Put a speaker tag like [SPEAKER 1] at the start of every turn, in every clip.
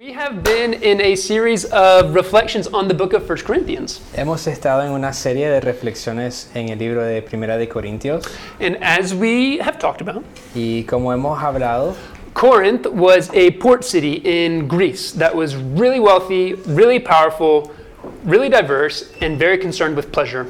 [SPEAKER 1] We have been in a series of reflections on the book of 1 Corinthians.
[SPEAKER 2] Hemos estado en una serie de reflexiones en el libro de Primera de Corintios
[SPEAKER 1] And as we have talked about,
[SPEAKER 2] y como hemos hablado,
[SPEAKER 1] Corinth was a port city in Greece that was really wealthy, really powerful, really diverse, and very concerned with pleasure.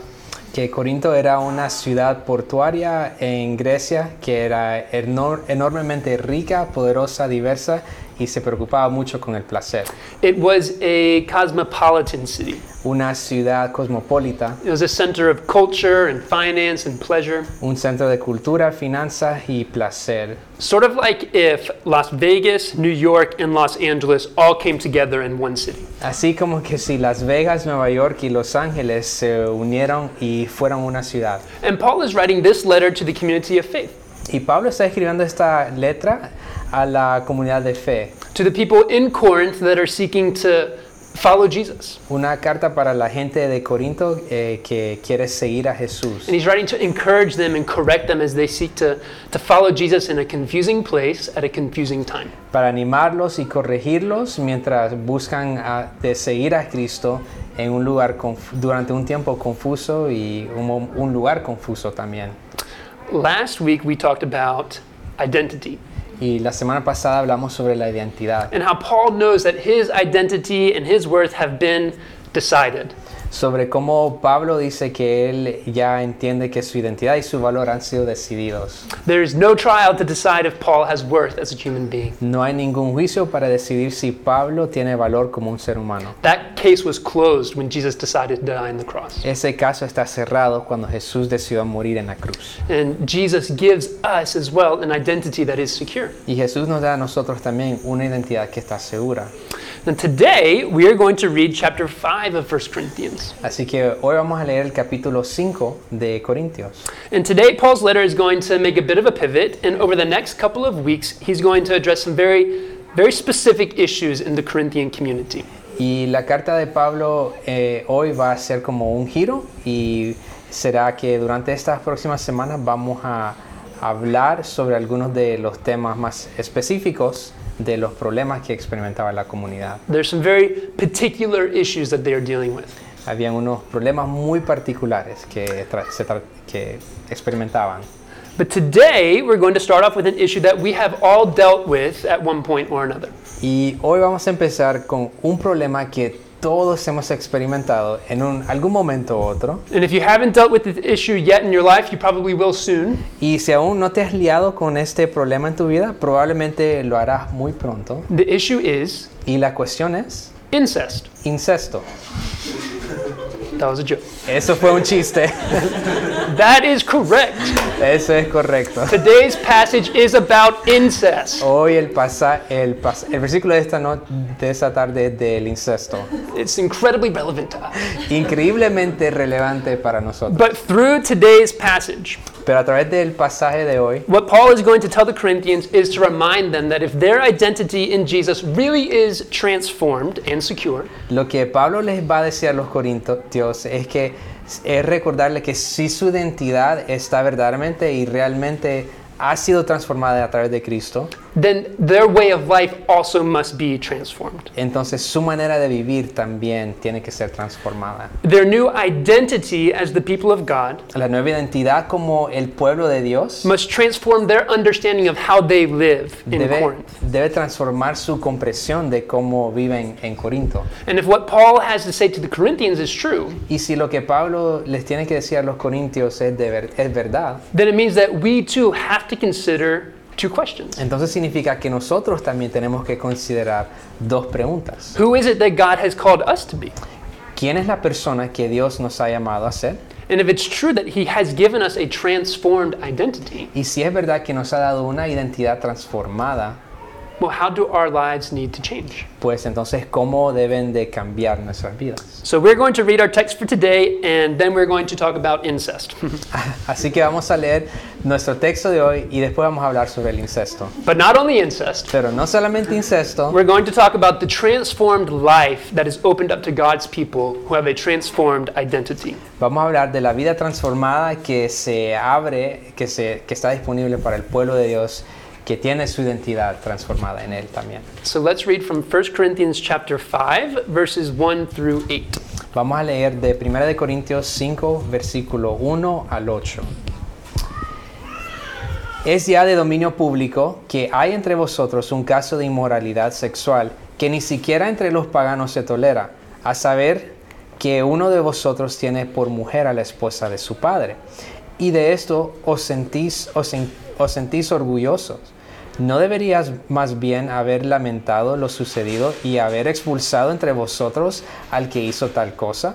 [SPEAKER 2] que Corinto era una ciudad portuaria en Grecia que era enor- enormemente rica, poderosa, diversa y se preocupaba mucho con el placer.
[SPEAKER 1] It was a cosmopolitan city.
[SPEAKER 2] Una ciudad cosmopolita,
[SPEAKER 1] It was a center of culture and finance and pleasure,
[SPEAKER 2] un centro de cultura, finanzas y placer.
[SPEAKER 1] sort of like if Las Vegas, New York, and Los Angeles all came together in one city.
[SPEAKER 2] Así como que si Las Vegas, Nueva York y Los Ángeles se unieron y fueron una ciudad.
[SPEAKER 1] And Paul is writing this letter to the community of faith.
[SPEAKER 2] Y Pablo está escribiendo esta letra a la comunidad de fe,
[SPEAKER 1] to the people in Corinth that are seeking to follow Jesus.
[SPEAKER 2] una carta para la gente de Corinto eh, que quiere seguir a Jesús.
[SPEAKER 1] And he's writing to encourage them and correct them as they seek to, to follow Jesus in a confusing place at a confusing time.
[SPEAKER 2] para animarlos y corregirlos mientras buscan a- de seguir a Cristo en un lugar conf- durante un tiempo confuso y un, mo- un lugar confuso también.
[SPEAKER 1] Last week we talked about identity
[SPEAKER 2] Y la semana pasada hablamos sobre la identidad,
[SPEAKER 1] and how Paul knows that his identity and his worth have been decided.
[SPEAKER 2] sobre cómo Pablo dice que él ya entiende que su identidad y su valor han sido decididos.
[SPEAKER 1] There is no trial to decide if Paul has worth as a human being.
[SPEAKER 2] No hay ningún juicio para decidir si Pablo tiene valor como un ser humano.
[SPEAKER 1] That case was closed when Jesus decided to die on the cross.
[SPEAKER 2] Ese caso está cerrado cuando Jesús decidió morir en la cruz.
[SPEAKER 1] And Jesus gives us as well an identity that is secure.
[SPEAKER 2] Y Jesús nos da a nosotros también una identidad que está segura.
[SPEAKER 1] And today we are going to read chapter 5 of 1 Corinthians.
[SPEAKER 2] Así que hoy vamos a leer el capítulo 5 de Corintios.
[SPEAKER 1] And today Paul's letter is going to make a bit of a pivot, and over the next couple of weeks, he's going to address some very, very specific issues in the Corinthian community.
[SPEAKER 2] Y la carta de Pablo eh, hoy va a ser como un giro y será que durante estas próximas semanas vamos a hablar sobre algunos de los temas más específicos de los problemas que experimentaba la comunidad.
[SPEAKER 1] There's some very particular issues that they are dealing with.
[SPEAKER 2] Habían unos problemas muy particulares que, tra- se tra- que experimentaban.
[SPEAKER 1] But today we're going to start off with an issue that we have all dealt with at one point or another.
[SPEAKER 2] Y hoy vamos a empezar con un problema que todos hemos experimentado en un- algún momento u otro.
[SPEAKER 1] And if you haven't dealt with this issue yet in your life, you probably will soon.
[SPEAKER 2] Y si aún no te has liado con este problema en tu vida, probablemente lo harás muy pronto.
[SPEAKER 1] The issue is
[SPEAKER 2] Y la cuestión es
[SPEAKER 1] incest.
[SPEAKER 2] incesto.
[SPEAKER 1] That was a joke.
[SPEAKER 2] Eso fue un chiste.
[SPEAKER 1] That is correct.
[SPEAKER 2] Eso es correcto.
[SPEAKER 1] Today's passage is about incest.
[SPEAKER 2] Hoy el, pasa, el, pas- el versículo de esta, no- de esta tarde es del incesto.
[SPEAKER 1] It's incredibly relevant to us.
[SPEAKER 2] Increíblemente relevante para nosotros.
[SPEAKER 1] But through today's passage,
[SPEAKER 2] Pero a través del pasaje de hoy,
[SPEAKER 1] what Paul is going to tell the Corinthians is to remind them that if their identity in Jesus really is transformed and secure,
[SPEAKER 2] lo que Pablo les va a decir a los corintios es que es recordarles que si su identidad está verdaderamente y realmente ha sido transformada a través de Cristo,
[SPEAKER 1] then their way of life also must be transformed.
[SPEAKER 2] Entonces su manera de vivir también tiene que ser transformada.
[SPEAKER 1] Their new identity as the people of God
[SPEAKER 2] La nueva identidad como el pueblo de Dios
[SPEAKER 1] must transform their understanding of how they live in
[SPEAKER 2] debe,
[SPEAKER 1] Corinth.
[SPEAKER 2] debe transformar su comprensión de cómo viven en Corinto.
[SPEAKER 1] And if what Paul has to say to the Corinthians is true,
[SPEAKER 2] Y si lo que Pablo les tiene que decir a los corintios es, de ver- es verdad,
[SPEAKER 1] then it means that we too have to consider two questions.
[SPEAKER 2] entonces significa que nosotros también tenemos que considerar dos preguntas.
[SPEAKER 1] Who is it that God has called us to be?
[SPEAKER 2] ¿Quién es la persona que Dios nos ha llamado a ser?
[SPEAKER 1] And if it's true that He has given us a transformed identity,
[SPEAKER 2] Y si es verdad que nos ha dado una identidad transformada,
[SPEAKER 1] well, how do our lives need to change?
[SPEAKER 2] pues entonces cómo deben de cambiar nuestras vidas.
[SPEAKER 1] So we're going to read our text for today, and then we're going to talk about incest.
[SPEAKER 2] Así que vamos a leer nuestro texto de hoy y después vamos a hablar sobre el incesto.
[SPEAKER 1] but not only incest,
[SPEAKER 2] Pero no solamente incesto,
[SPEAKER 1] we're going to talk about the transformed life that is opened up to God's people who have a transformed identity.
[SPEAKER 2] vamos a hablar de la vida transformada que se abre, que, se, que está disponible para el pueblo de Dios que tiene su identidad transformada en él también.
[SPEAKER 1] So let's read from 1 Corinthians chapter 5 verses 1 through 8.
[SPEAKER 2] Vamos a leer de 1 de Corintios 5, versículo 1 al 8. Es ya de dominio público que hay entre vosotros un caso de inmoralidad sexual que ni siquiera entre los paganos se tolera, a saber que uno de vosotros tiene por mujer a la esposa de su padre. Y de esto os sentís, os sen- os sentís orgullosos. ¿No deberías más bien haber lamentado lo sucedido y haber expulsado entre vosotros al que hizo tal cosa?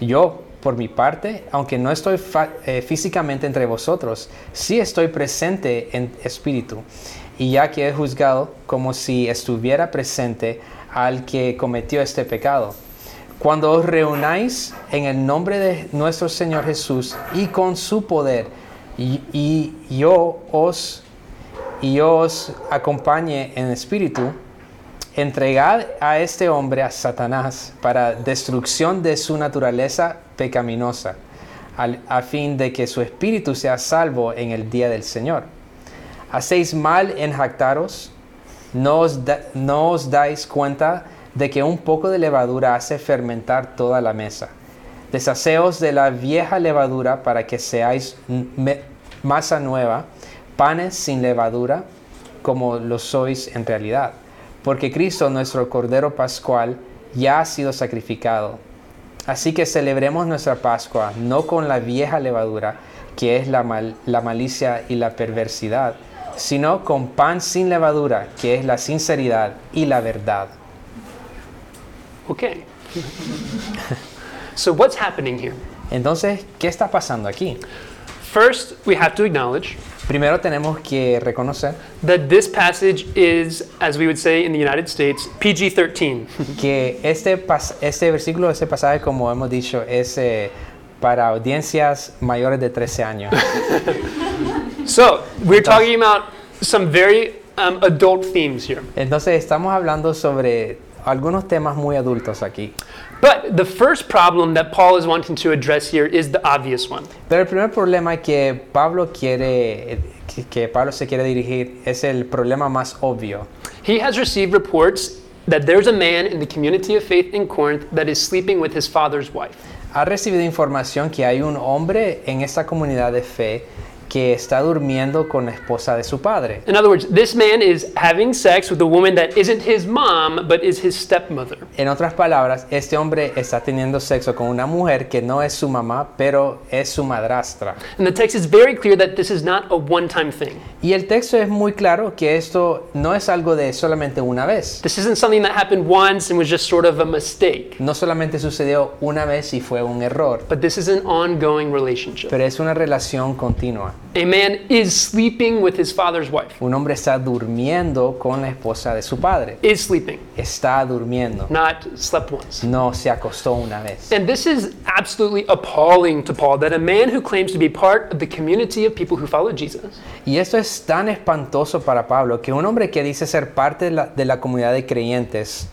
[SPEAKER 2] Yo, por mi parte, aunque no estoy fa- eh, físicamente entre vosotros, sí estoy presente en espíritu. Y ya que he juzgado como si estuviera presente al que cometió este pecado. Cuando os reunáis en el nombre de nuestro Señor Jesús y con su poder, y, y yo os y yo os acompañe en espíritu, entregad a este hombre a Satanás para destrucción de su naturaleza pecaminosa, al- a fin de que su espíritu sea salvo en el día del Señor. Hacéis mal en jactaros, no os, da- no os dais cuenta de que un poco de levadura hace fermentar toda la mesa. Deshaceos de la vieja levadura para que seáis n- me- masa nueva, panes sin levadura, como lo sois en realidad. Porque Cristo, nuestro Cordero Pascual, ya ha sido sacrificado. Así que celebremos nuestra Pascua no con la vieja levadura, que es la, mal- la malicia y la perversidad, sino con pan sin levadura, que es la sinceridad y la verdad.
[SPEAKER 1] Okay. so what's happening here?
[SPEAKER 2] Entonces, ¿qué está pasando aquí?
[SPEAKER 1] First, we have to acknowledge
[SPEAKER 2] Primero tenemos que reconocer
[SPEAKER 1] that this passage is, as we would say in the United States, PG 13.
[SPEAKER 2] que este, pas- este versículo, este pasaje, como hemos dicho, es eh, para audiencias mayores de 13 años.
[SPEAKER 1] so we're talking about some very um, adult themes here.
[SPEAKER 2] Entonces, estamos hablando sobre algunos temas muy adultos aquí.
[SPEAKER 1] But the first problem that Paul is wanting to address here is the obvious one.
[SPEAKER 2] Pero el primer problema que Pablo quiere, que- que Pablo se quiere dirigir es el problema más obvio.
[SPEAKER 1] He has received reports that there's a man in the community of faith in Corinth that is sleeping with his father's wife.
[SPEAKER 2] Ha recibido información que hay un hombre en esta comunidad de fe que está durmiendo con la esposa de su padre.
[SPEAKER 1] In other words, this man is having sex with a woman that isn't his mom, but is his stepmother.
[SPEAKER 2] En otras palabras, este hombre está teniendo sexo con una mujer que no es su mamá, pero es su madrastra.
[SPEAKER 1] And the text is very clear that this is not a one time thing.
[SPEAKER 2] Y el texto es muy claro que esto no es algo de solamente una vez.
[SPEAKER 1] This isn't something that happened once and was just sort of a mistake,
[SPEAKER 2] No solamente sucedió una vez y fue un error,
[SPEAKER 1] but this is an ongoing relationship.
[SPEAKER 2] pero es una relación continua.
[SPEAKER 1] A man is sleeping with his father's wife,
[SPEAKER 2] Un hombre está durmiendo con la esposa de su padre.
[SPEAKER 1] is sleeping,
[SPEAKER 2] Está durmiendo.
[SPEAKER 1] not slept once.
[SPEAKER 2] No se acostó una vez.
[SPEAKER 1] And this is absolutely appalling to Paul that a man who claims to be part of the community of people who follow Jesus
[SPEAKER 2] Y esto es tan espantoso para Pablo que un hombre que dice ser parte de la, de la comunidad de creyentes,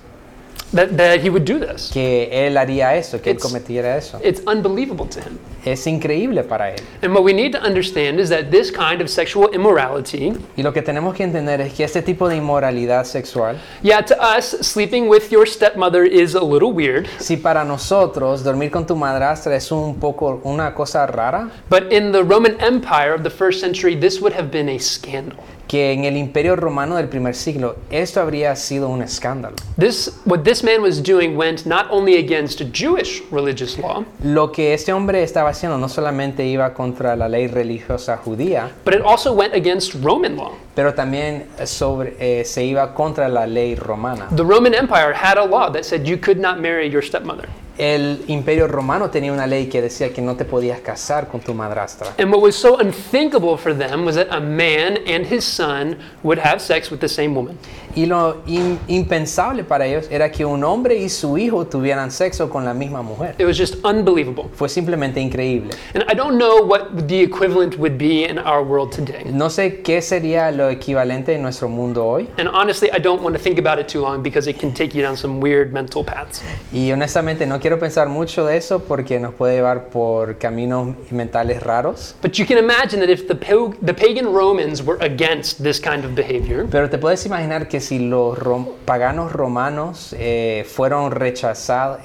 [SPEAKER 1] that, that he would do this.
[SPEAKER 2] que él haría eso, que él
[SPEAKER 1] It's-
[SPEAKER 2] cometiera eso.
[SPEAKER 1] It's unbelievable to him.
[SPEAKER 2] Es increíble para él.
[SPEAKER 1] And what we need to understand is that this kind of sexual immorality,
[SPEAKER 2] Y lo que tenemos que entender es que este tipo de inmoralidad sexual,
[SPEAKER 1] yeah, to us, sleeping with your stepmother is a little weird,
[SPEAKER 2] si para nosotros dormir con tu madrastra es un poco una cosa rara,
[SPEAKER 1] but in the Roman Empire of the first century, this would have been a scandal.
[SPEAKER 2] que en el imperio romano del primer siglo esto habría sido un escándalo.
[SPEAKER 1] This, what this man was doing went not only against Jewish religious law,
[SPEAKER 2] Lo que este hombre estaba haciendo no solamente iba contra la ley religiosa judía,
[SPEAKER 1] but it also went against Roman law.
[SPEAKER 2] pero también sobre, eh, se iba contra la ley romana.
[SPEAKER 1] The Roman Empire had a law that said you could not marry your stepmother.
[SPEAKER 2] El imperio romano tenía una ley que decía que no te podías casar con tu madrastra.
[SPEAKER 1] And what was so unthinkable for them was that a man and his son would have sex with the same woman.
[SPEAKER 2] Y lo in- impensable para ellos era que un hombre y su hijo tuvieran sexo con la misma mujer.
[SPEAKER 1] It was just unbelievable.
[SPEAKER 2] Fue simplemente increíble.
[SPEAKER 1] And I don't know what the equivalent would be in our world today.
[SPEAKER 2] No sé qué sería lo equivalente en nuestro mundo hoy.
[SPEAKER 1] And honestly, I don't want to think about it too long because it can take you down some weird mental paths.
[SPEAKER 2] Y honestamente no quiero pensar mucho de eso porque nos puede llevar por caminos mentales raros.
[SPEAKER 1] But you can imagine that if the, pil- the pagan Romans were against this kind of behavior,
[SPEAKER 2] Pero te puedes imaginar que si los rom- paganos romanos eh, fueron rechazados,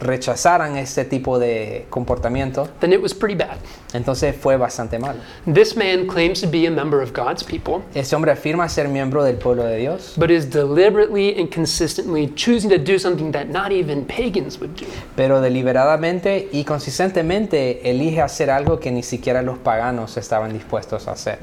[SPEAKER 2] rechazaran este tipo de comportamiento,
[SPEAKER 1] then it was pretty bad.
[SPEAKER 2] entonces fue bastante mal.
[SPEAKER 1] This man claims to be a member of God's people,
[SPEAKER 2] Este hombre afirma ser miembro del pueblo de Dios,
[SPEAKER 1] but is deliberately and consistently choosing to do something that not even pagans would do.
[SPEAKER 2] pero deliberadamente y consistentemente elige hacer algo que ni siquiera los paganos estaban dispuestos a hacer.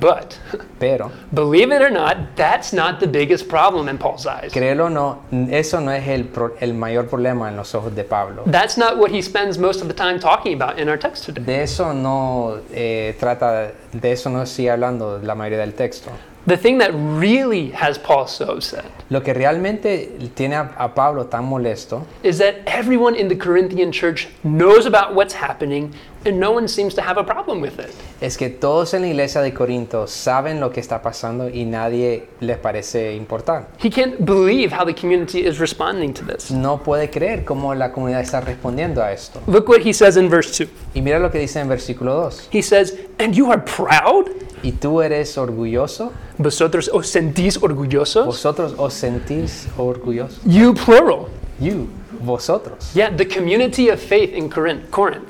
[SPEAKER 1] But
[SPEAKER 2] Pero,
[SPEAKER 1] believe it or not, that's not the biggest problem in Paul's eyes.
[SPEAKER 2] créelo o no, eso no es el, pro- el mayor problema en los ojos de Pablo.
[SPEAKER 1] That's not what he spends most of the time talking about in our text today.
[SPEAKER 2] De eso no eh, trata, de eso no sigue hablando la mayoría del texto.
[SPEAKER 1] The thing that really has Paul so upset
[SPEAKER 2] Lo que realmente tiene a, a Pablo tan molesto
[SPEAKER 1] is that everyone in the Corinthian church knows about what's happening and no one seems to have a problem with it.
[SPEAKER 2] es que todos en la iglesia de Corinto saben lo que está pasando y nadie les parece importar.
[SPEAKER 1] He can't believe how the community is responding to this.
[SPEAKER 2] No puede creer cómo la comunidad está respondiendo a esto.
[SPEAKER 1] Look what he says in verse 2.
[SPEAKER 2] Y mira lo que dice en versículo 2.
[SPEAKER 1] He says, And you are proud?
[SPEAKER 2] Y tú eres orgulloso,
[SPEAKER 1] Vosotros os sentís orgullosos?
[SPEAKER 2] vosotros os sentís orgullosos.
[SPEAKER 1] You plural.
[SPEAKER 2] You, vosotros.
[SPEAKER 1] Yeah, the community of faith in Corinth. Corinth.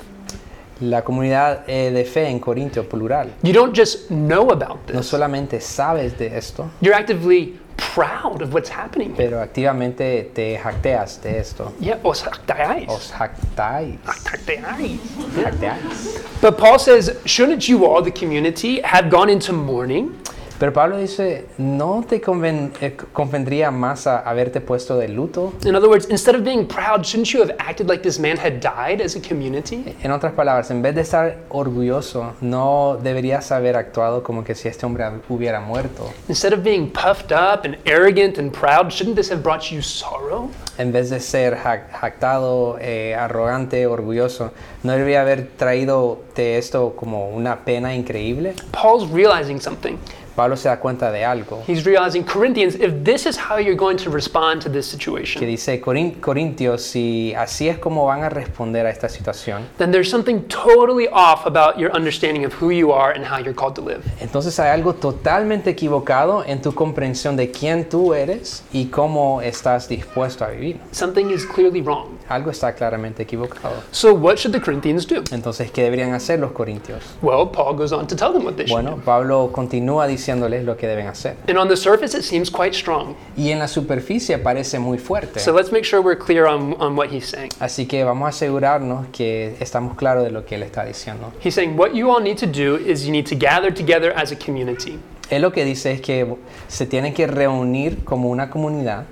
[SPEAKER 2] La comunidad eh, de fe en Corinto plural.
[SPEAKER 1] You don't just know about
[SPEAKER 2] No
[SPEAKER 1] this.
[SPEAKER 2] solamente sabes de esto,
[SPEAKER 1] You're actively proud of what's happening.
[SPEAKER 2] pero activamente te jacteas de esto.
[SPEAKER 1] Yeah, os jactáis.
[SPEAKER 2] Os jactáis.
[SPEAKER 1] Jactáis.
[SPEAKER 2] jacteáis.
[SPEAKER 1] But Paul says, shouldn't you all, the community, have gone into mourning?
[SPEAKER 2] Pero Pablo dice, ¿no te conven- eh, convendría más a haberte puesto de luto?
[SPEAKER 1] In other words, instead of being proud, shouldn't you have acted like this man had died as a community?
[SPEAKER 2] En otras palabras, en vez de estar orgulloso, no deberías haber actuado como que si este hombre hab- hubiera muerto.
[SPEAKER 1] Instead of being puffed up and arrogant and proud, shouldn't this have brought you sorrow?
[SPEAKER 2] En vez de ser jac- jactado, eh, arrogante, orgulloso, ¿no debería haber traído de esto como una pena increíble?
[SPEAKER 1] Paul's realizing something.
[SPEAKER 2] Pablo se da cuenta de algo.
[SPEAKER 1] He's realizing, Corinthians, if this is how you're going to respond to this
[SPEAKER 2] que
[SPEAKER 1] situation,
[SPEAKER 2] dice "Corin- Corintios, si así es como van a responder a esta situación,
[SPEAKER 1] then there's something totally off about your understanding of who you are and how you're called to live.
[SPEAKER 2] entonces hay algo totalmente equivocado en tu comprensión de quién tú eres y cómo estás dispuesto a vivir.
[SPEAKER 1] Something is clearly wrong.
[SPEAKER 2] Algo está claramente equivocado.
[SPEAKER 1] So, what should the Corinthians do?
[SPEAKER 2] Entonces, ¿qué deberían hacer los corintios?
[SPEAKER 1] Well, Paul goes on to tell them what they should
[SPEAKER 2] Bueno, Pablo continúa diciéndoles lo que deben hacer.
[SPEAKER 1] do. And on the surface, it seems quite strong.
[SPEAKER 2] Y en la superficie parece muy fuerte.
[SPEAKER 1] So let's make sure we're clear on, on what he's saying.
[SPEAKER 2] Así que vamos a asegurarnos que estamos claros de lo que él está diciendo.
[SPEAKER 1] He's saying what you all need to do is you need to gather together as a community.
[SPEAKER 2] Él lo que dice es que se tienen que reunir como una comunidad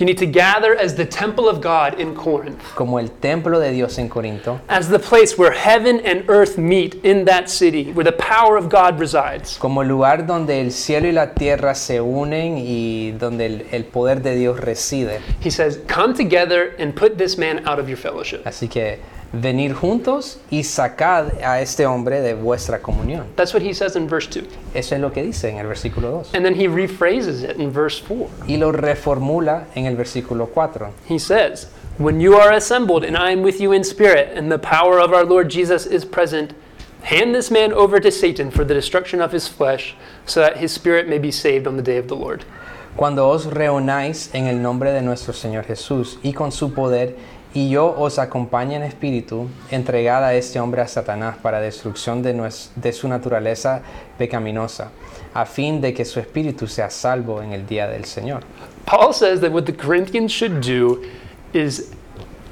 [SPEAKER 1] You need to gather as the temple of God in Corinth,
[SPEAKER 2] como el templo de Dios en Corinto,
[SPEAKER 1] as the place where heaven and earth meet in that city, where the power of God resides.
[SPEAKER 2] como lugar donde el cielo y la tierra se unen y donde el, el poder de Dios reside.
[SPEAKER 1] He says, Come together and put this man out of your fellowship.
[SPEAKER 2] Así que venir juntos y sacad a este hombre de vuestra comunión.
[SPEAKER 1] That's what he says in verse 2.
[SPEAKER 2] Eso es lo que dice en el versículo 2.
[SPEAKER 1] And then he rephrases it in verse 4.
[SPEAKER 2] Y lo reformula en el versículo 4.
[SPEAKER 1] He says, When you are assembled, and I am with you in spirit, and the power of our Lord Jesus is present, hand this man over to Satan for the destruction of his flesh, so that his spirit may be saved on the day of the Lord.
[SPEAKER 2] Cuando os reunáis en el nombre de nuestro Señor Jesús y con su poder, y yo os acompañe en espíritu, entregad a este hombre a Satanás para destrucción de, nues- de su naturaleza pecaminosa, a fin de que su espíritu sea salvo en el día del Señor.
[SPEAKER 1] Paul says that what the Corinthians should do is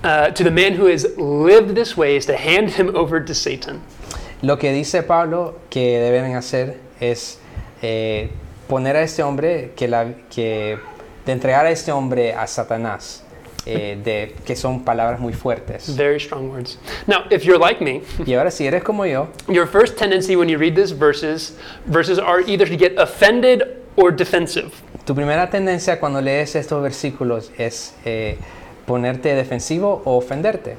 [SPEAKER 1] uh, to the man who has lived this way is to hand him over to Satan.
[SPEAKER 2] Lo que dice Pablo que deben hacer es eh, poner a este hombre, que, la, que de entregar a este hombre a Satanás, eh, de, que son palabras muy fuertes.
[SPEAKER 1] Very strong words. Now, if you're like me,
[SPEAKER 2] Y ahora si eres como yo,
[SPEAKER 1] your first tendency when you read these verses verses are either to get offended or defensive.
[SPEAKER 2] Tu primera tendencia cuando lees estos versículos es eh, ponerte defensivo o ofenderte.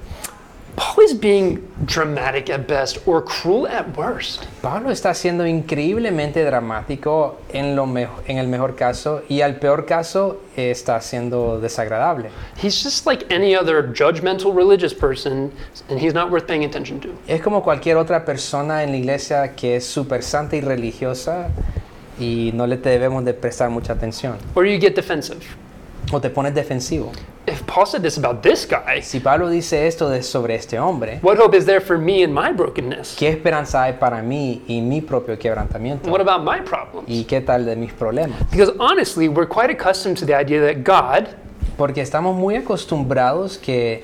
[SPEAKER 1] Paul is being dramatic at best or cruel at worst.
[SPEAKER 2] Pablo está siendo increíblemente dramático en, lo mejo- en el mejor caso y al peor caso eh, está siendo desagradable.
[SPEAKER 1] He's just like any other judgmental religious person, and he's not worth paying attention to.
[SPEAKER 2] Es como cualquier otra persona en la iglesia que es súper santa y religiosa y no le debemos de prestar mucha atención.
[SPEAKER 1] Or you get defensive.
[SPEAKER 2] O te pones defensivo.
[SPEAKER 1] If Paul said this about this guy,
[SPEAKER 2] Si Pablo dice esto de- sobre este hombre,
[SPEAKER 1] what hope is there for me and my brokenness?
[SPEAKER 2] ¿qué esperanza hay para mí y mi propio quebrantamiento?
[SPEAKER 1] What about my problems?
[SPEAKER 2] ¿Y qué tal de mis problemas?
[SPEAKER 1] Because honestly, we're quite accustomed to the idea that God,
[SPEAKER 2] Porque estamos muy acostumbrados que,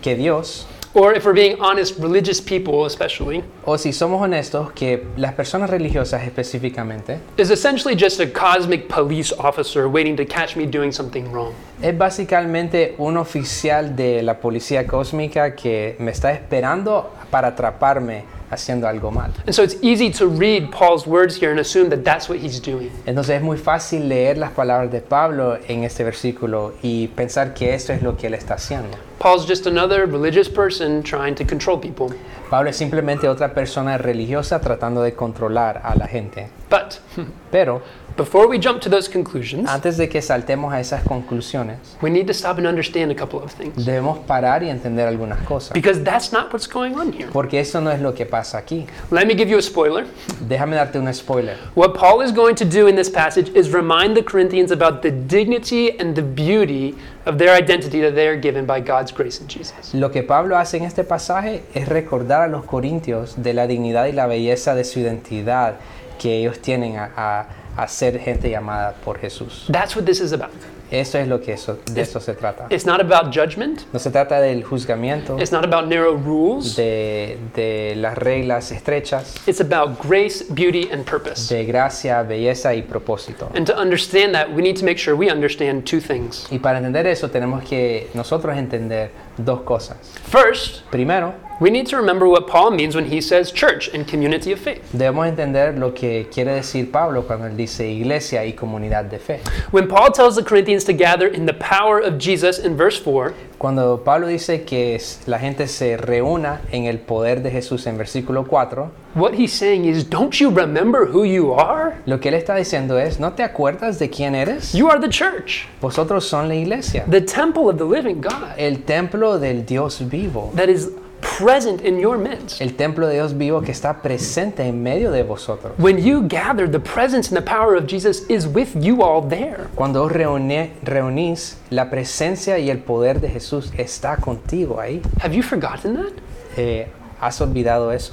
[SPEAKER 2] que Dios,
[SPEAKER 1] or if we're being honest, religious people especially,
[SPEAKER 2] o si somos honestos, que las personas religiosas específicamente,
[SPEAKER 1] is essentially just a cosmic police officer waiting to catch me doing something wrong.
[SPEAKER 2] es básicamente un oficial de la policía cósmica que me está esperando para atraparme haciendo algo mal.
[SPEAKER 1] And so it's easy to read Paul's words here and assume that that's what he's doing.
[SPEAKER 2] Entonces es muy fácil leer las palabras de Pablo en este versículo y pensar que eso es lo que él está haciendo.
[SPEAKER 1] Paul's just another religious person trying to control people.
[SPEAKER 2] Pablo es simplemente otra persona religiosa tratando de controlar a la gente.
[SPEAKER 1] But
[SPEAKER 2] Pero
[SPEAKER 1] before we jump to those conclusions,
[SPEAKER 2] antes de que saltemos a esas conclusiones,
[SPEAKER 1] we need to stop and understand a couple of things.
[SPEAKER 2] debemos parar y entender algunas cosas.
[SPEAKER 1] Because that's not what's going on here.
[SPEAKER 2] Porque eso no es lo que pasa aquí.
[SPEAKER 1] Let me give you a spoiler.
[SPEAKER 2] Déjame darte un spoiler.
[SPEAKER 1] What Paul is going to do in this passage is remind the Corinthians about the dignity and the beauty of their identity that they are given by God's grace in Jesus.
[SPEAKER 2] Lo que Pablo hace en este pasaje es recordar a los corintios de la dignidad y la belleza de su identidad que ellos tienen a, a- a ser gente llamada por Jesús.
[SPEAKER 1] That's what this is about.
[SPEAKER 2] Eso es lo que eso, de eso se trata.
[SPEAKER 1] It's not about judgment,
[SPEAKER 2] No se trata del juzgamiento,
[SPEAKER 1] it's not about narrow rules,
[SPEAKER 2] de, de las reglas estrechas,
[SPEAKER 1] it's about grace, beauty, and purpose.
[SPEAKER 2] de gracia, belleza y propósito.
[SPEAKER 1] And to understand that, we need to make sure we understand two things.
[SPEAKER 2] Y para entender eso tenemos que nosotros entender dos cosas.
[SPEAKER 1] First,
[SPEAKER 2] Primero,
[SPEAKER 1] we need to remember what Paul means when he says church and community of faith.
[SPEAKER 2] debemos entender lo que quiere decir Pablo cuando él dice iglesia y comunidad de fe.
[SPEAKER 1] When Paul tells the Corinthians to gather in the power of Jesus in verse 4,
[SPEAKER 2] Cuando Pablo dice que es- la gente se reúna en el poder de Jesús en versículo 4,
[SPEAKER 1] what he's saying is, don't you remember who you are?
[SPEAKER 2] lo que él está diciendo es, ¿no te acuerdas de quién eres?
[SPEAKER 1] You are the church,
[SPEAKER 2] Vosotros son la iglesia,
[SPEAKER 1] the temple of the living God
[SPEAKER 2] el templo del Dios vivo,
[SPEAKER 1] that is present in your midst.
[SPEAKER 2] el templo de Dios vivo que está presente en medio de vosotros.
[SPEAKER 1] When you gather, the presence and the power of Jesus is with you all there.
[SPEAKER 2] Cuando os reuni- reunís, la presencia y el poder de Jesús está contigo ahí.
[SPEAKER 1] Have you forgotten that?
[SPEAKER 2] Eh, ¿Has olvidado eso?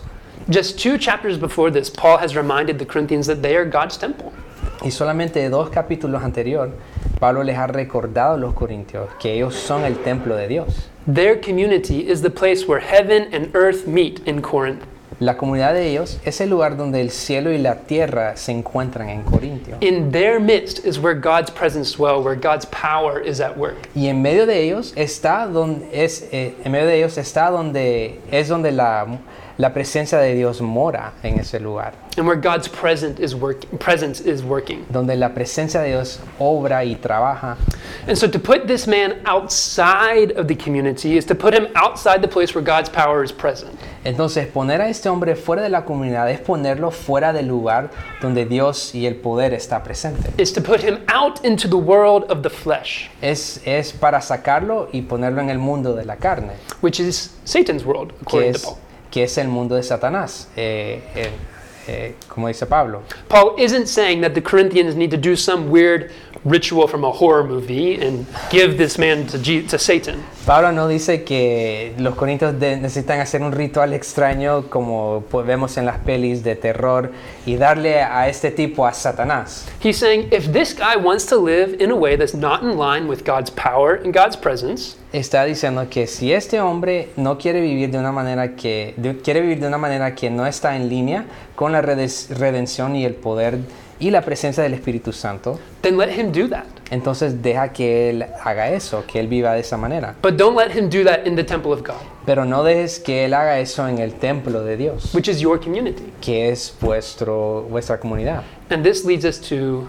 [SPEAKER 1] Just two chapters before this, Paul has reminded the Corinthians that they are God's temple.
[SPEAKER 2] Y solamente dos capítulos anterior, Pablo les ha recordado a los corintios que ellos son el templo de Dios.
[SPEAKER 1] Their community is the place where heaven and earth meet in Corinth.
[SPEAKER 2] La comunidad de ellos es el lugar donde el cielo y la tierra se encuentran en Corintio.
[SPEAKER 1] In their midst is where God's presence dwells, where God's power is at work.
[SPEAKER 2] Y en medio de ellos está donde es eh, en medio de ellos está donde es donde la, la presencia de Dios mora en ese lugar,
[SPEAKER 1] and where God's present is work, presence is working.
[SPEAKER 2] donde la presencia de Dios obra y trabaja.
[SPEAKER 1] And so to put this man outside of the community is to put him outside the place where God's power is present.
[SPEAKER 2] Entonces, poner a este hombre fuera de la comunidad es ponerlo fuera del lugar donde Dios y el poder está presente.
[SPEAKER 1] Is to put him out into the world of the flesh,
[SPEAKER 2] Es, es para sacarlo y ponerlo en el mundo de la carne,
[SPEAKER 1] which is Satan's world,
[SPEAKER 2] que
[SPEAKER 1] according to
[SPEAKER 2] es,
[SPEAKER 1] Paul.
[SPEAKER 2] que es el mundo de Satanás, eh, eh, eh, como dice Pablo.
[SPEAKER 1] Paul isn't saying that the Corinthians need to do some weird ritual from a horror movie and give this man to, Je- to Satan.
[SPEAKER 2] Pablo no dice que los corintios de- necesitan hacer un ritual extraño como pues, vemos en las pelis de terror y darle a este tipo a Satanás.
[SPEAKER 1] He's saying if this guy wants to live in a way that's not in line with God's power and God's presence,
[SPEAKER 2] Está diciendo que si este hombre no quiere vivir de una manera que de- quiere vivir de una manera que no está en línea con la redes- redención y el poder y la presencia del Espíritu Santo,
[SPEAKER 1] then let him do that.
[SPEAKER 2] Entonces deja que él haga eso, que él viva de esa manera.
[SPEAKER 1] But don't let him do that in the temple of God,
[SPEAKER 2] Pero no dejes que él haga eso en el templo de Dios,
[SPEAKER 1] which is your community.
[SPEAKER 2] que es vuestro, vuestra comunidad.
[SPEAKER 1] And this leads us to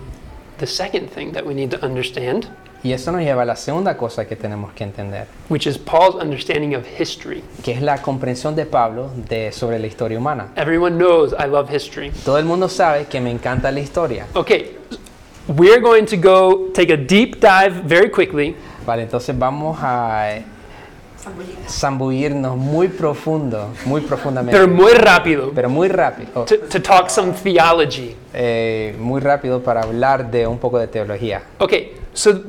[SPEAKER 1] the second thing that we need to understand
[SPEAKER 2] Y eso nos lleva a la segunda cosa que tenemos que entender,
[SPEAKER 1] which is Paul's understanding of history.
[SPEAKER 2] que es la comprensión de Pablo de, sobre la historia humana.
[SPEAKER 1] Everyone knows I love history.
[SPEAKER 2] Todo el mundo sabe que me encanta la historia.
[SPEAKER 1] Okay, we're going to go take a deep dive very quickly
[SPEAKER 2] Vale, entonces vamos a eh, zambullirnos muy profundo, muy profundamente,
[SPEAKER 1] Pero muy rápido.
[SPEAKER 2] pero muy rápido, oh,
[SPEAKER 1] To, to talk some theology.
[SPEAKER 2] eh, muy rápido para hablar de un poco de teología.
[SPEAKER 1] Okay, so th-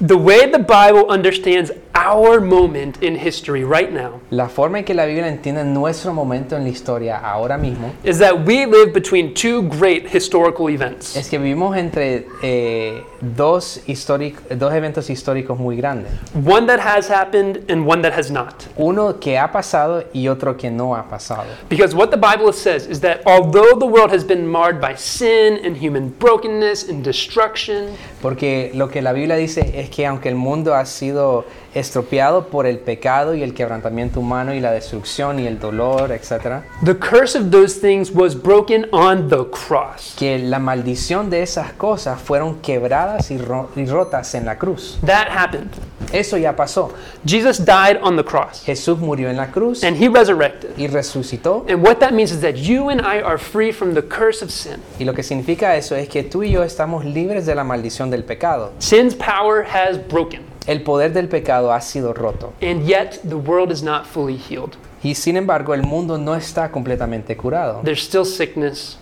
[SPEAKER 1] the way the Bible understands our moment in history right now
[SPEAKER 2] La forma en que la Biblia entiende nuestro momento en la historia ahora mismo
[SPEAKER 1] is that we live between two great historical events.
[SPEAKER 2] es que vivimos entre eh, dos, históric- dos eventos históricos muy grandes.
[SPEAKER 1] One that has happened and one that has not.
[SPEAKER 2] Uno que ha pasado y otro que no ha pasado.
[SPEAKER 1] Because what the Bible says is that although the world has been marred by sin and human brokenness and destruction,
[SPEAKER 2] Porque lo que la Biblia dice es que aunque el mundo ha sido estropeado por el pecado y el quebrantamiento humano y la destrucción y el dolor, etc.,
[SPEAKER 1] the curse of those things was broken on the cross.
[SPEAKER 2] que la maldición de esas cosas fueron quebradas y, ro- y rotas en la cruz.
[SPEAKER 1] That happened.
[SPEAKER 2] Eso ya pasó.
[SPEAKER 1] Jesus died on the cross
[SPEAKER 2] Jesús murió en la cruz
[SPEAKER 1] and he resurrected.
[SPEAKER 2] y resucitó.
[SPEAKER 1] And what that means is that you and I are free from the curse of sin.
[SPEAKER 2] Y lo que significa eso es que tú y yo estamos libres de la maldición del pecado.
[SPEAKER 1] Sin's power has broken,
[SPEAKER 2] El poder del pecado ha sido roto.
[SPEAKER 1] and yet the world is not fully healed.
[SPEAKER 2] Y sin embargo, el mundo no está completamente curado.
[SPEAKER 1] There's still sickness,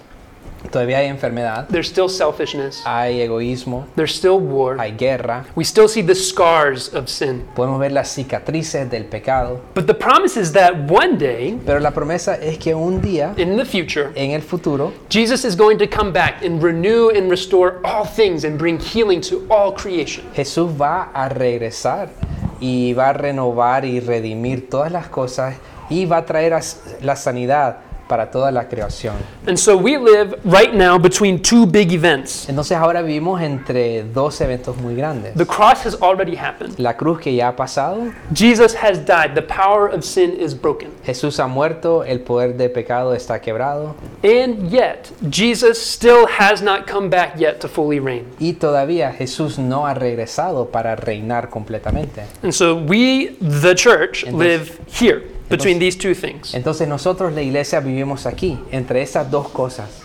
[SPEAKER 2] Todavía hay enfermedad,
[SPEAKER 1] there's still selfishness,
[SPEAKER 2] hay egoísmo,
[SPEAKER 1] there's still war.
[SPEAKER 2] hay guerra.
[SPEAKER 1] We still see the scars of sin.
[SPEAKER 2] Podemos ver las cicatrices del pecado.
[SPEAKER 1] But the promise is that one day
[SPEAKER 2] Pero la promesa es que un día,
[SPEAKER 1] in the future,
[SPEAKER 2] en el futuro,
[SPEAKER 1] Jesus is going to come back and renew and restore all things and bring healing to all creation.
[SPEAKER 2] Jesús va a regresar y va a renovar y redimir todas las cosas y va a traer as- la sanidad para toda la creación.
[SPEAKER 1] And so we live right now between two big events.
[SPEAKER 2] Entonces ahora vivimos entre dos eventos muy grandes.
[SPEAKER 1] The cross has already happened.
[SPEAKER 2] La cruz que ya ha pasado,
[SPEAKER 1] Jesus has died. The power of sin is broken.
[SPEAKER 2] Jesús ha muerto, el poder de pecado está quebrado
[SPEAKER 1] And yet, Jesus still has not come back yet to fully reign.
[SPEAKER 2] y todavía Jesús no ha regresado para reinar completamente.
[SPEAKER 1] And so we, the church,
[SPEAKER 2] Entonces-
[SPEAKER 1] live here between these two things,
[SPEAKER 2] Entonces nosotros la iglesia vivimos aquí, entre esas dos cosas,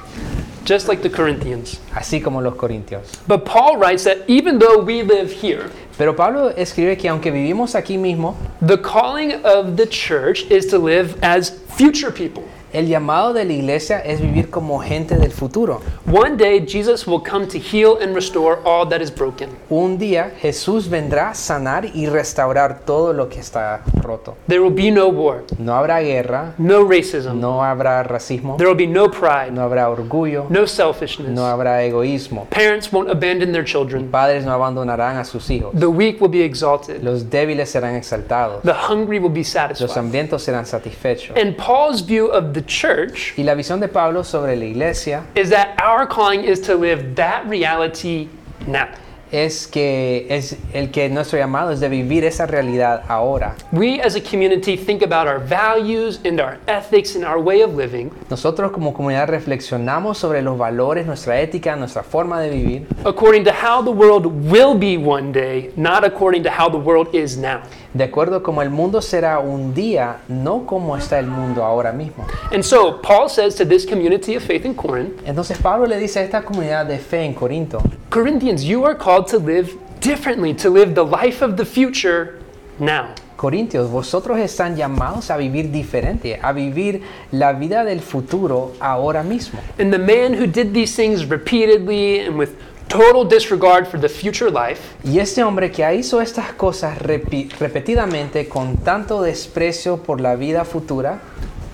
[SPEAKER 1] just like the Corinthians.
[SPEAKER 2] así como los corintios.
[SPEAKER 1] But Paul writes that even though we live here,
[SPEAKER 2] Pero Pablo escribe que aunque vivimos aquí mismo,
[SPEAKER 1] the calling of the church is to live as future people.
[SPEAKER 2] el llamado de la iglesia es vivir como gente del futuro.
[SPEAKER 1] One day, Jesus will come to heal and restore all that is broken.
[SPEAKER 2] Un día Jesús vendrá a sanar y restaurar todo lo que está roto.
[SPEAKER 1] There will be no war,
[SPEAKER 2] No habrá guerra,
[SPEAKER 1] no racism,
[SPEAKER 2] no habrá racismo,
[SPEAKER 1] there will be no pride,
[SPEAKER 2] no habrá orgullo,
[SPEAKER 1] no selfishness.
[SPEAKER 2] no habrá egoísmo.
[SPEAKER 1] Parents won't abandon their children,
[SPEAKER 2] Padres no abandonarán a sus hijos.
[SPEAKER 1] the weak will be exalted.
[SPEAKER 2] Los débiles serán exaltados.
[SPEAKER 1] the hungry will be
[SPEAKER 2] Los
[SPEAKER 1] satisfied.
[SPEAKER 2] hambrientos serán satisfechos.
[SPEAKER 1] And Paul's view of the church
[SPEAKER 2] Y la visión de Pablo sobre la iglesia
[SPEAKER 1] is that our calling is to live that reality now.
[SPEAKER 2] es que es el que nuestro llamado es de vivir esa realidad ahora.
[SPEAKER 1] We as a community think about our values and our ethics and our way of living
[SPEAKER 2] Nosotros como comunidad reflexionamos sobre los valores, nuestra ética, nuestra forma de vivir,
[SPEAKER 1] according to how the world will be one day, not according to how the world is now.
[SPEAKER 2] de acuerdo a como el mundo será un día, no como está el mundo ahora mismo.
[SPEAKER 1] And so Paul says to this community of faith in Corinth
[SPEAKER 2] Entonces Pablo le dice a esta comunidad de fe en Corinto,
[SPEAKER 1] Corinthians, you are called to live differently, to live the life of the future now.
[SPEAKER 2] Corintios, vosotros están llamados a vivir diferente, a vivir la vida del futuro ahora mismo.
[SPEAKER 1] And the man who did these things repeatedly and with total disregard for the future life
[SPEAKER 2] Y este hombre que hizo estas cosas repi- repetidamente con tanto desprecio por la vida futura,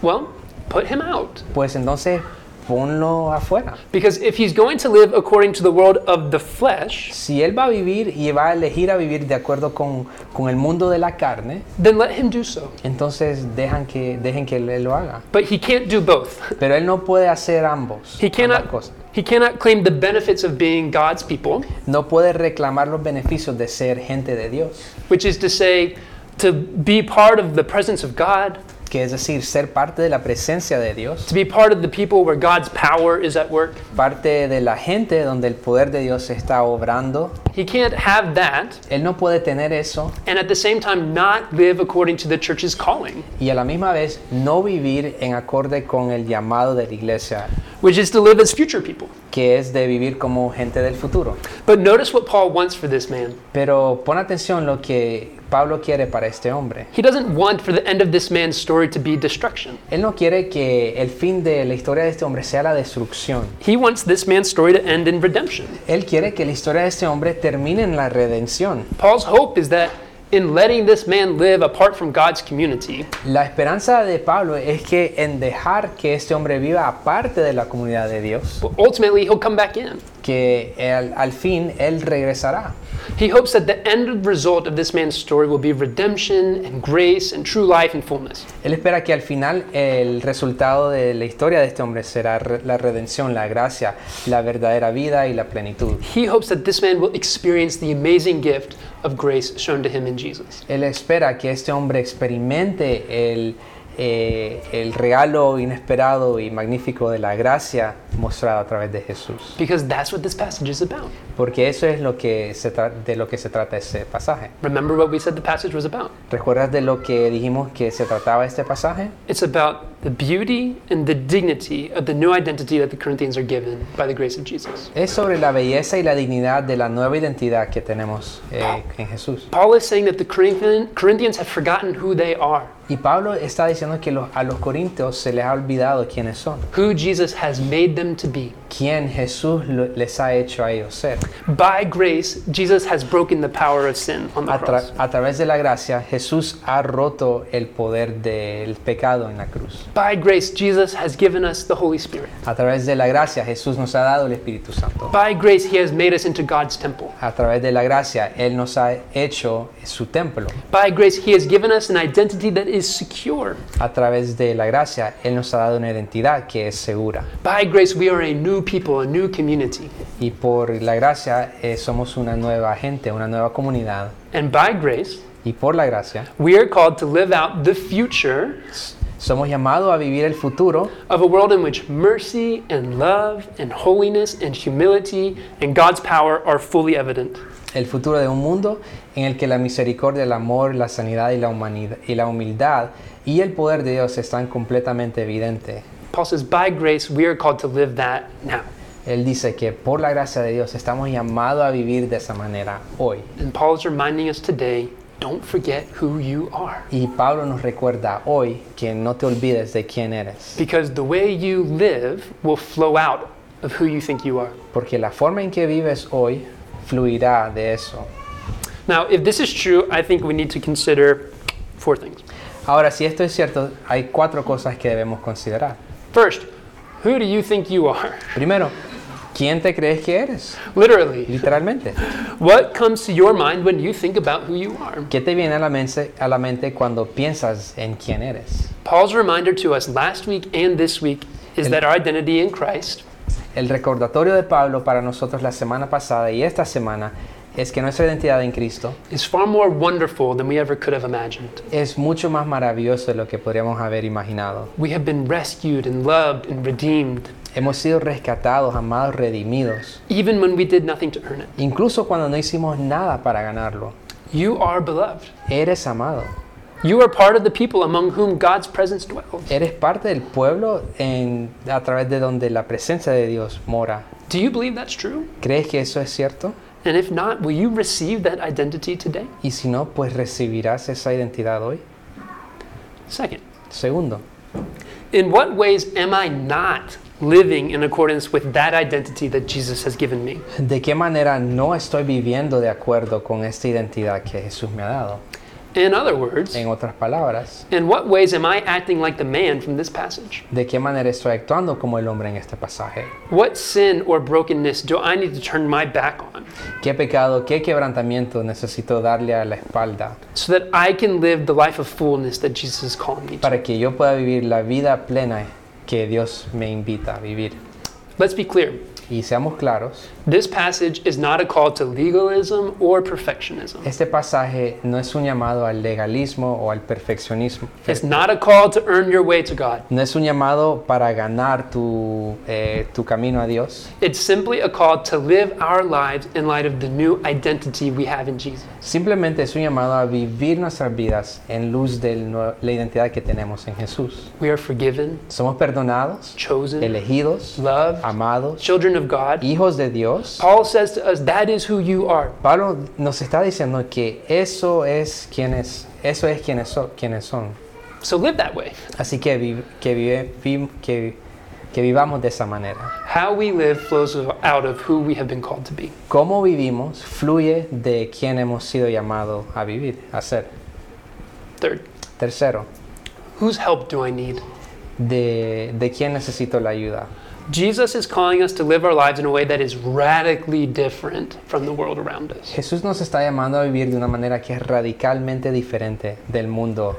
[SPEAKER 1] Well, put him out.
[SPEAKER 2] pues entonces ponlo afuera.
[SPEAKER 1] Because if he's going to live according to the world of the flesh,
[SPEAKER 2] Si él va a vivir y va a elegir a vivir de acuerdo con, con el mundo de la carne,
[SPEAKER 1] then let him do so.
[SPEAKER 2] entonces dejan que, dejen que él lo haga.
[SPEAKER 1] But he can't do both.
[SPEAKER 2] Pero él no puede hacer ambos.
[SPEAKER 1] He
[SPEAKER 2] ambas
[SPEAKER 1] cannot
[SPEAKER 2] cosas.
[SPEAKER 1] he cannot claim the benefits of being God's people,
[SPEAKER 2] No puede reclamar los beneficios de ser gente de Dios,
[SPEAKER 1] which is to say to be part of the presence of God,
[SPEAKER 2] que es decir, ser parte de la presencia de Dios,
[SPEAKER 1] to be part of the people where God's power is at work.
[SPEAKER 2] parte de la gente donde el poder de Dios está obrando.
[SPEAKER 1] He can't have that
[SPEAKER 2] Él no puede tener eso
[SPEAKER 1] and at the same time not live according to the church's calling,
[SPEAKER 2] y a la misma vez no vivir en acorde con el llamado de la iglesia,
[SPEAKER 1] which is to live as future people.
[SPEAKER 2] que es de vivir como gente del futuro.
[SPEAKER 1] But notice what Paul wants for this man.
[SPEAKER 2] Pero pon atención lo que Pablo quiere para este hombre.
[SPEAKER 1] He doesn't want for the end of this man's story to be destruction.
[SPEAKER 2] Él no quiere que el fin de la historia de este hombre sea la destrucción.
[SPEAKER 1] He wants this man's story to end in redemption.
[SPEAKER 2] Él quiere que la historia de este hombre termine en la redención.
[SPEAKER 1] Paul's hope is that in letting this man live apart from God's community,
[SPEAKER 2] La esperanza de Pablo es que en dejar que este hombre viva aparte de la comunidad de Dios,
[SPEAKER 1] ultimately he'll come back in.
[SPEAKER 2] que al, al fin él regresará.
[SPEAKER 1] He hopes that the end result of this man's story will be redemption and grace and true life and fullness.
[SPEAKER 2] Él espera que al final el resultado de la historia de este hombre será re- la redención, la gracia, la verdadera vida y la plenitud.
[SPEAKER 1] He hopes that this man will experience the amazing gift of grace shown to him in Jesus.
[SPEAKER 2] Él espera que este hombre experimente el, eh, el regalo inesperado y magnífico de la gracia mostrada a través de Jesús.
[SPEAKER 1] Because that's what this passage is about.
[SPEAKER 2] Porque eso es lo que se tra- de lo que se trata ese pasaje.
[SPEAKER 1] Remember what we said the passage was about.
[SPEAKER 2] ¿Recuerdas de lo que dijimos que se trataba este pasaje?
[SPEAKER 1] It's about the beauty and the dignity of the new identity that the Corinthians are given by the grace of Jesus.
[SPEAKER 2] Es sobre la belleza y la dignidad de la nueva identidad que tenemos eh, en Jesús.
[SPEAKER 1] Paul is saying that the Corinthian, Corinthians have forgotten who they are,
[SPEAKER 2] Y Pablo está diciendo que los- a los corintios se les ha olvidado quiénes son,
[SPEAKER 1] who Jesus has made them to be.
[SPEAKER 2] quién Jesús lo- les ha hecho a ellos ser.
[SPEAKER 1] By grace, Jesus has broken the power of sin on the
[SPEAKER 2] A, tra-
[SPEAKER 1] cross.
[SPEAKER 2] a través de la gracia, Jesús ha roto el poder del pecado en la cruz.
[SPEAKER 1] By grace, Jesus has given us the Holy Spirit.
[SPEAKER 2] A través de la gracia, Jesús nos ha dado el Espíritu Santo.
[SPEAKER 1] By grace, He has made us into God's temple.
[SPEAKER 2] A través de la gracia, Él nos ha hecho su templo.
[SPEAKER 1] By grace, He has given us an identity that is secure.
[SPEAKER 2] A través de la gracia, Él nos ha dado una identidad que es segura.
[SPEAKER 1] By grace, we are a new people, a new community.
[SPEAKER 2] Y por la gracia, eh, somos una nueva gente, una nueva comunidad.
[SPEAKER 1] And by grace,
[SPEAKER 2] Y por la gracia,
[SPEAKER 1] we are called to live out the future
[SPEAKER 2] somos llamados a vivir el futuro
[SPEAKER 1] of a world in which mercy and love and holiness and humility and God's power are fully evident.
[SPEAKER 2] el futuro de un mundo en el que la misericordia, el amor, la sanidad y la, humanidad, y la humildad y el poder de Dios están completamente evidentes.
[SPEAKER 1] Paul says, by grace, we are called to live that now.
[SPEAKER 2] Él dice que por la gracia de Dios estamos llamados a vivir de esa manera hoy.
[SPEAKER 1] And Paul is reminding us today don't forget who you are.
[SPEAKER 2] Y Pablo nos recuerda hoy que no te olvides de quién eres,
[SPEAKER 1] Because the way you live will flow out of who you think you are.
[SPEAKER 2] porque la forma en que vives hoy fluirá de eso.
[SPEAKER 1] Now, if this is true, I think we need to consider four things.
[SPEAKER 2] Ahora, si esto es cierto, hay cuatro cosas que debemos considerar.
[SPEAKER 1] First, who do you think you are?
[SPEAKER 2] Primero, ¿quién te crees que eres?
[SPEAKER 1] Literally,
[SPEAKER 2] Literalmente.
[SPEAKER 1] what comes to your mind when you think about who you are?
[SPEAKER 2] ¿Qué te viene a la, mente, a la mente cuando piensas en quién eres?
[SPEAKER 1] Paul's reminder to us last week and this week is that our identity in Christ
[SPEAKER 2] El recordatorio de Pablo para nosotros la semana pasada y esta semana es que nuestra identidad en Cristo
[SPEAKER 1] is far more wonderful than we ever could have imagined.
[SPEAKER 2] es mucho más maravilloso de lo que podríamos haber imaginado.
[SPEAKER 1] We have been rescued and loved and redeemed,
[SPEAKER 2] Hemos sido rescatados, amados, redimidos,
[SPEAKER 1] even when we did nothing to earn it.
[SPEAKER 2] incluso cuando no hicimos nada para ganarlo.
[SPEAKER 1] You are beloved.
[SPEAKER 2] Eres amado.
[SPEAKER 1] You are part of the people among whom God's presence dwells.
[SPEAKER 2] Eres parte del pueblo en- a través de donde la presencia de Dios mora.
[SPEAKER 1] Do you believe that's true?
[SPEAKER 2] ¿Crees que eso es cierto?
[SPEAKER 1] And if not, will you receive that identity today?
[SPEAKER 2] Y si no, pues recibirás esa identidad hoy.
[SPEAKER 1] Second,
[SPEAKER 2] Segundo,
[SPEAKER 1] in what ways am I not living in accordance with that identity that Jesus has given me?
[SPEAKER 2] ¿De qué manera no estoy viviendo de acuerdo con esta identidad que Jesús me ha dado?
[SPEAKER 1] In other words,
[SPEAKER 2] En otras palabras,
[SPEAKER 1] in what ways am I acting like the man from this passage?
[SPEAKER 2] ¿de qué manera estoy actuando como el hombre en este pasaje?
[SPEAKER 1] What sin or brokenness do I need to turn my back on
[SPEAKER 2] ¿Qué pecado, qué quebrantamiento necesito darle a la espalda
[SPEAKER 1] so that I can live the life of fullness that Jesus is calling me to?
[SPEAKER 2] para que yo pueda vivir la vida plena que Dios me invita a vivir?
[SPEAKER 1] Let's be clear.
[SPEAKER 2] Y seamos claros,
[SPEAKER 1] This passage is not a call to legalism or perfectionism.
[SPEAKER 2] este pasaje no es un llamado al legalismo o al perfeccionismo.
[SPEAKER 1] It's not a call to earn your way to God.
[SPEAKER 2] No es un llamado para ganar tu, eh, tu camino a Dios,
[SPEAKER 1] It's simply a call to live our lives in light of the new identity we have in Jesus.
[SPEAKER 2] simplemente es un llamado a vivir nuestras vidas en luz de la identidad que tenemos en Jesús.
[SPEAKER 1] We are forgiven,
[SPEAKER 2] Somos perdonados,
[SPEAKER 1] chosen,
[SPEAKER 2] elegidos,
[SPEAKER 1] loved,
[SPEAKER 2] amados,
[SPEAKER 1] children of God.
[SPEAKER 2] hijos de Dios.
[SPEAKER 1] Paul says to us, that is who you are.
[SPEAKER 2] Pablo nos está diciendo que eso es quienes, eso es quienes son, quienes son.
[SPEAKER 1] So live that way.
[SPEAKER 2] Así que, vi- que, vive- vi- que, que vivamos de esa manera.
[SPEAKER 1] How we live flows out of who we have been called to be.
[SPEAKER 2] Cómo vivimos fluye de quien hemos sido llamados a vivir, a ser.
[SPEAKER 1] Third,
[SPEAKER 2] Tercero,
[SPEAKER 1] whose help do I need?
[SPEAKER 2] de, de quién necesito la ayuda.
[SPEAKER 1] Jesus is calling us to live our lives in a way that is radically different from the world around us.
[SPEAKER 2] Jesús nos está llamando a vivir de una manera que es radicalmente diferente del mundo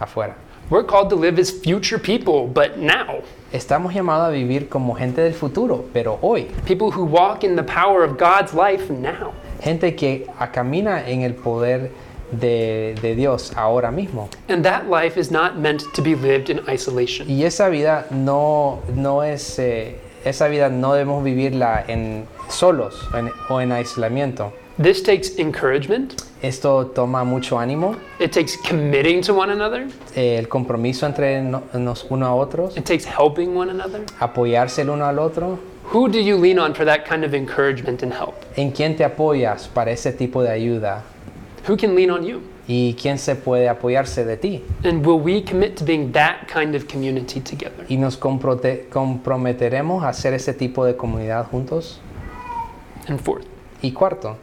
[SPEAKER 2] afuera.
[SPEAKER 1] We're called to live as future people, but now.
[SPEAKER 2] Estamos llamados a vivir como gente del futuro, pero hoy.
[SPEAKER 1] People who walk in the power of God's life now.
[SPEAKER 2] Gente que a- camina en el poder de, de Dios ahora mismo.
[SPEAKER 1] And that life is not meant to be lived in isolation.
[SPEAKER 2] Y esa vida no, no es... eh, esa vida no debemos vivirla en solos o en- o en aislamiento.
[SPEAKER 1] This takes encouragement,
[SPEAKER 2] Esto toma mucho ánimo,
[SPEAKER 1] it takes committing to one another,
[SPEAKER 2] eh, el compromiso entre no- nos uno a otros,
[SPEAKER 1] it takes helping one another.
[SPEAKER 2] apoyarse el uno al otro.
[SPEAKER 1] Who do you lean on for that kind of encouragement and help?
[SPEAKER 2] ¿En quién te apoyas para ese tipo de ayuda?
[SPEAKER 1] Who can lean on you?
[SPEAKER 2] ¿Y quién se puede apoyarse de ti?
[SPEAKER 1] And will we commit to being that kind of community together?
[SPEAKER 2] ¿Y nos comprote- comprometeremos a hacer ese tipo de comunidad juntos?
[SPEAKER 1] And fourth,
[SPEAKER 2] Y cuarto,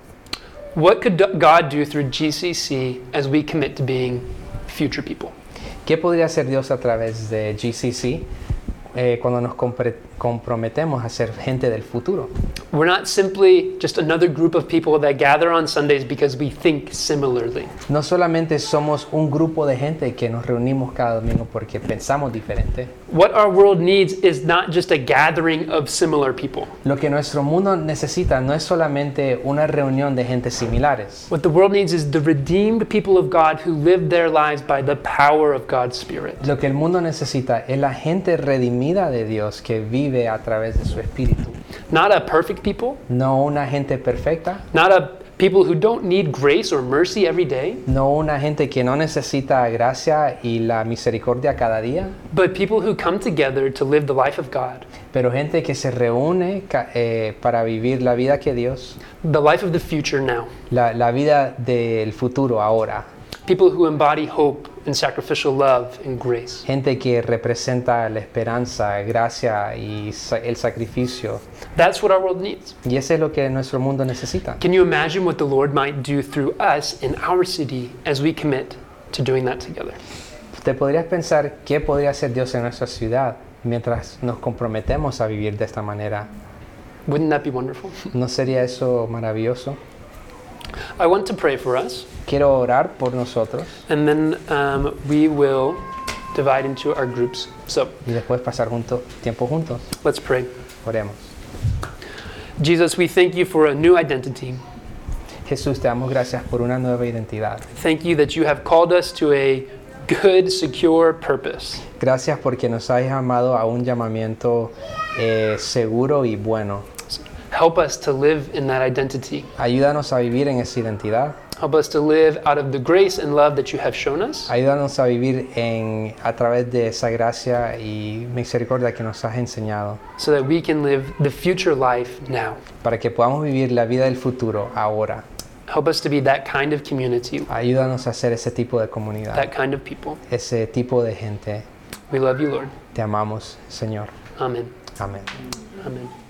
[SPEAKER 1] what could do- God do through GCC as we commit to being future people?
[SPEAKER 2] ¿qué podría hacer Dios a través de GCC eh, cuando nos compre- comprometemos a ser gente del futuro?
[SPEAKER 1] We're not simply just another group of people that gather on Sundays because we think similarly.
[SPEAKER 2] No solamente somos un grupo de gente que nos reunimos cada domingo porque pensamos diferente.
[SPEAKER 1] What our world needs is not just a gathering of similar people.
[SPEAKER 2] Lo que nuestro mundo necesita no es solamente una reunión de gente similares.
[SPEAKER 1] What the world needs is the redeemed people of God who live their lives by the power of God's Spirit.
[SPEAKER 2] Lo que el mundo necesita es la gente redimida de Dios que vive a través de su espíritu.
[SPEAKER 1] Not a perfect people,
[SPEAKER 2] No una gente perfecta,
[SPEAKER 1] not a people who don't need grace or mercy every day,
[SPEAKER 2] no una gente que no necesita gracia y la misericordia cada día,
[SPEAKER 1] but people who come together to live the life of God,
[SPEAKER 2] pero gente que se reúne ca- eh, para vivir la vida que Dios,
[SPEAKER 1] the life of the future now.
[SPEAKER 2] la, la vida del futuro ahora.
[SPEAKER 1] People who embody hope and sacrificial love and grace.
[SPEAKER 2] Gente que representa la esperanza, gracia y sa- el sacrificio.
[SPEAKER 1] That's what our world needs.
[SPEAKER 2] Y eso es lo que nuestro mundo necesita.
[SPEAKER 1] Can you imagine what the Lord might do through us in our city as we commit to doing that together?
[SPEAKER 2] Te podrías pensar qué podría hacer Dios en nuestra ciudad mientras nos comprometemos a vivir de esta manera.
[SPEAKER 1] Wouldn't that be wonderful?
[SPEAKER 2] ¿No sería eso maravilloso?
[SPEAKER 1] I want to pray for us,
[SPEAKER 2] Quiero orar por nosotros
[SPEAKER 1] and then um, we will divide into our groups. So
[SPEAKER 2] y después pasar junto- tiempo juntos.
[SPEAKER 1] let's pray.
[SPEAKER 2] Oremos.
[SPEAKER 1] Jesus, we thank you for a new identity.
[SPEAKER 2] Jesús, te damos gracias por una nueva identidad.
[SPEAKER 1] Thank you that you have called us to a good, secure purpose.
[SPEAKER 2] Gracias porque nos has llamado a un llamamiento eh, seguro y bueno.
[SPEAKER 1] Help us to live in that identity.
[SPEAKER 2] Ayúdanos a vivir en esa identidad.
[SPEAKER 1] Help us to live out of the grace and love that you have shown us.
[SPEAKER 2] Ayúdanos a vivir en, a través de esa gracia y misericordia que nos has enseñado.
[SPEAKER 1] so that we can live the future life now.
[SPEAKER 2] para que podamos vivir la vida del futuro ahora.
[SPEAKER 1] Help us to be that kind of community,
[SPEAKER 2] Ayúdanos a ser ese tipo de comunidad,
[SPEAKER 1] that kind of people.
[SPEAKER 2] ese tipo de gente.
[SPEAKER 1] We love you, Lord.
[SPEAKER 2] Te amamos, Señor.
[SPEAKER 1] Amen.
[SPEAKER 2] Amén.
[SPEAKER 1] Amen.